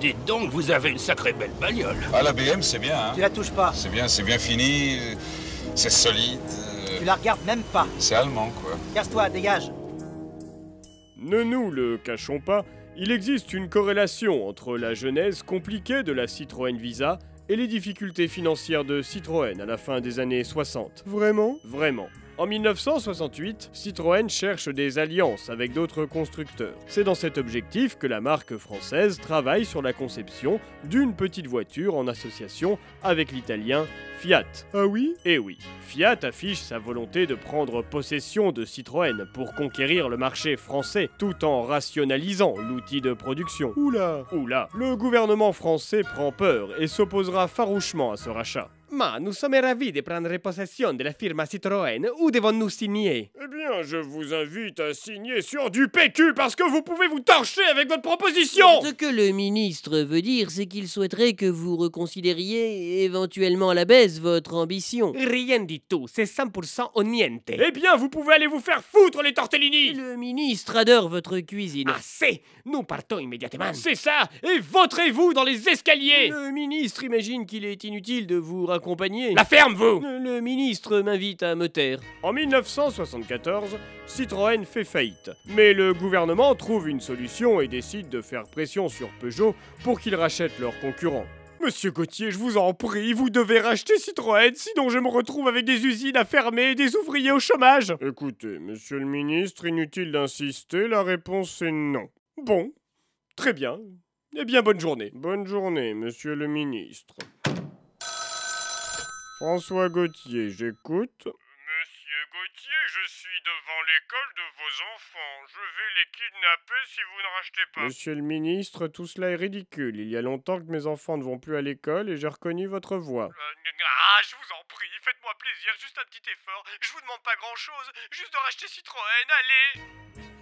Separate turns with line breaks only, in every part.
Dites donc, vous avez une sacrée belle bagnole.
Ah, la BM, c'est bien, hein
Tu la touches pas.
C'est bien, c'est bien fini, euh, c'est solide, euh,
Tu la regardes même pas.
c'est allemand, quoi.
Casse-toi, dégage.
Ne nous le cachons pas, il existe une corrélation entre la genèse compliquée de la Citroën Visa et les difficultés financières de Citroën à la fin des années 60. Vraiment Vraiment. En 1968, Citroën cherche des alliances avec d'autres constructeurs. C'est dans cet objectif que la marque française travaille sur la conception d'une petite voiture en association avec l'italien Fiat. Ah oui Eh oui. Fiat affiche sa volonté de prendre possession de Citroën pour conquérir le marché français tout en rationalisant l'outil de production. Oula Oula Le gouvernement français prend peur et s'opposera farouchement à ce rachat. Ma, nous sommes ravis de prendre possession de la firme Citroën. Où devons-nous signer Eh bien, je vous invite à signer sur du PQ parce que vous pouvez vous torcher avec votre proposition
Ce que le ministre veut dire, c'est qu'il souhaiterait que vous reconsidériez éventuellement à la baisse votre ambition.
Rien du tout, c'est 100% au niente.
Eh bien, vous pouvez aller vous faire foutre les tortellini
Le ministre adore votre cuisine.
Ah.
Assez Nous partons immédiatement.
C'est ça Et vautrez-vous dans les escaliers
Le ministre imagine qu'il est inutile de vous raccompagner.
La ferme, vous
Le le ministre m'invite à me taire.
En 1974, Citroën fait faillite. Mais le gouvernement trouve une solution et décide de faire pression sur Peugeot pour qu'il rachète leurs concurrents. Monsieur Gauthier, je vous en prie, vous devez racheter Citroën, sinon je me retrouve avec des usines à fermer et des ouvriers au chômage. Écoutez, monsieur le ministre, inutile d'insister, la réponse est non. Bon, très bien. Eh bien, bonne journée. Bonne journée, monsieur le ministre. François Gauthier, j'écoute.
Monsieur Gauthier, je suis devant l'école de vos enfants. Je vais les kidnapper si vous ne rachetez pas.
Monsieur le ministre, tout cela est ridicule. Il y a longtemps que mes enfants ne vont plus à l'école et j'ai reconnu votre voix.
Euh, n- n- ah, je vous en prie, faites-moi plaisir, juste un petit effort. Je vous demande pas grand-chose, juste de racheter Citroën, allez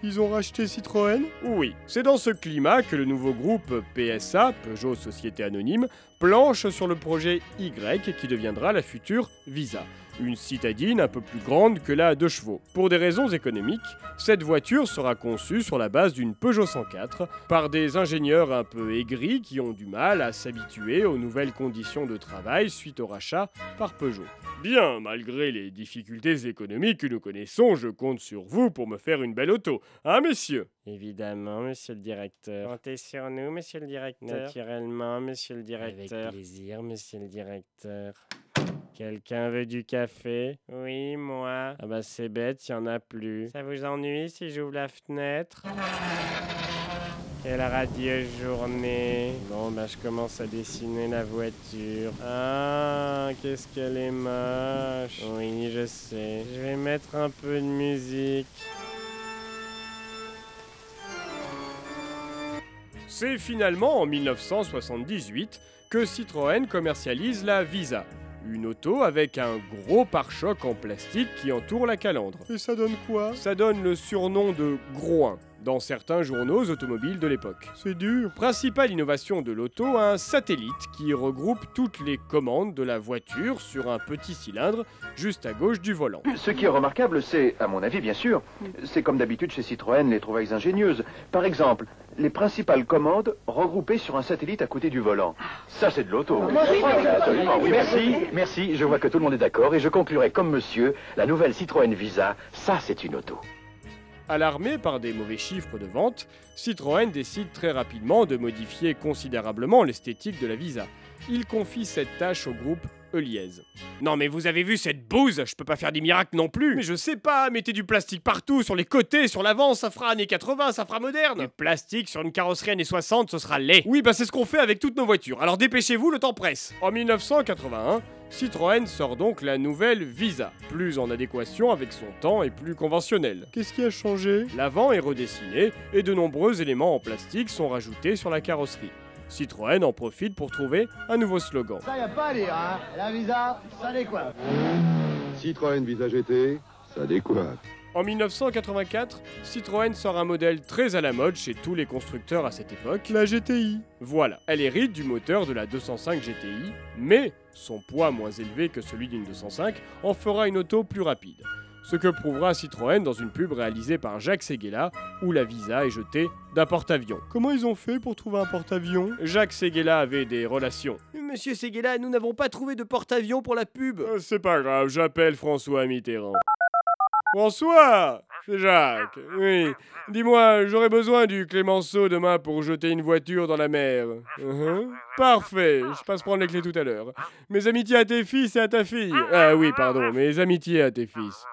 Ils ont racheté Citroën Oui. C'est dans ce climat que le nouveau groupe PSA, Peugeot Société Anonyme, planche sur le projet Y qui deviendra la future Visa. Une citadine un peu plus grande que la à deux chevaux. Pour des raisons économiques, cette voiture sera conçue sur la base d'une Peugeot 104 par des ingénieurs un peu aigris qui ont du mal à s'habituer aux nouvelles conditions de travail suite au rachat par Peugeot. Bien, malgré les difficultés économiques que nous connaissons, je compte sur vous pour me faire une belle auto. Hein, messieurs Évidemment, monsieur le directeur. Comptez sur nous, monsieur le directeur. Naturellement, monsieur le directeur. Avec plaisir, monsieur le directeur. Quelqu'un veut du café Oui, moi. Ah bah c'est bête, il n'y en a plus. Ça vous ennuie si j'ouvre la fenêtre Quelle radieuse journée Bon bah je commence à dessiner la voiture. Ah, qu'est-ce qu'elle est moche Oui, je sais. Je vais mettre un peu de musique. C'est finalement en 1978 que Citroën commercialise la Visa, une auto avec un gros pare-choc en plastique qui entoure la calandre. Et ça donne quoi Ça donne le surnom de groin dans certains journaux automobiles de l'époque. C'est dur. Principale innovation de l'auto, un satellite qui regroupe toutes les commandes de la voiture sur un petit cylindre juste à gauche du volant.
Ce qui est remarquable, c'est, à mon avis bien sûr, c'est comme d'habitude chez Citroën les trouvailles ingénieuses. Par exemple, les principales commandes regroupées sur un satellite à côté du volant. Ça, c'est de l'auto. Absolument, Ah, oui, merci. Merci, je vois que tout le monde est d'accord et je conclurai comme monsieur, la nouvelle Citroën Visa, ça, c'est une auto.
Alarmé par des mauvais chiffres de vente, Citroën décide très rapidement de modifier considérablement l'esthétique de la Visa. Il confie cette tâche au groupe Eliez. Non mais vous avez vu cette bouse Je peux pas faire des miracles non plus Mais je sais pas, mettez du plastique partout, sur les côtés, sur l'avant, ça fera années 80, ça fera moderne Du plastique sur une carrosserie années 60, ce sera laid Oui bah c'est ce qu'on fait avec toutes nos voitures, alors dépêchez-vous, le temps presse En 1981, Citroën sort donc la nouvelle Visa, plus en adéquation avec son temps et plus conventionnelle. Qu'est-ce qui a changé L'avant est redessiné et de nombreux éléments en plastique sont rajoutés sur la carrosserie. Citroën en profite pour trouver un nouveau slogan.
Ça, y a pas à dire, hein. La visa, ça décoiffe.
Citroën Visa GT, ça décoiffe.
En 1984, Citroën sort un modèle très à la mode chez tous les constructeurs à cette époque, la GTI. Voilà, elle hérite du moteur de la 205 GTI, mais son poids moins élevé que celui d'une 205 en fera une auto plus rapide. ce que prouvera Citroën dans une pub réalisée par Jacques Seguela où la Visa est jetée d'un porte-avions. Comment ils ont fait pour trouver un porte-avions Jacques Seguela avait des relations.
Monsieur Seguela, nous n'avons pas trouvé de porte-avions pour la pub.
Euh, C'est pas grave, j'appelle François Mitterrand. François C'est Jacques, oui. Dis-moi, j'aurais besoin du Clémenceau demain pour jeter une voiture dans la mer. Uhum. Parfait, je passe prendre les clés tout à l'heure. Mes amitiés à tes fils et à ta fille. Ah oui, pardon, mes amitiés à tes fils.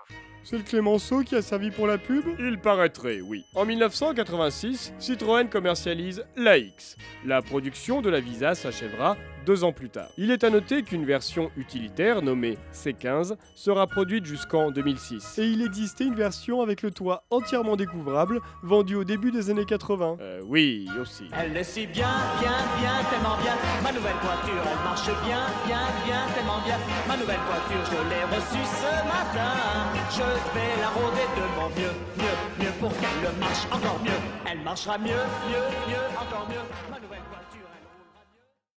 C'est le Clémenceau qui a servi pour la pub Il paraîtrait, oui. En 1986, Citroën commercialise la X. La production de la Visa s'achèvera deux ans plus tard. Il est à noter qu'une version utilitaire nommée C15 sera produite jusqu'en 2006. Et il existait une version avec le toit entièrement découvrable, vendue au début des années 80. Euh, oui, aussi.
Elle le suit bien, bien, bien, tellement bien. Ma nouvelle voiture, elle marche bien, bien, bien, tellement bien. Ma nouvelle voiture, je l'ai reçue ce matin. Je vais la rôder de mon mieux, mieux, mieux pour qu'elle marche encore mieux. Elle marchera mieux, mieux, mieux, encore mieux. Ma nouvelle voiture, elle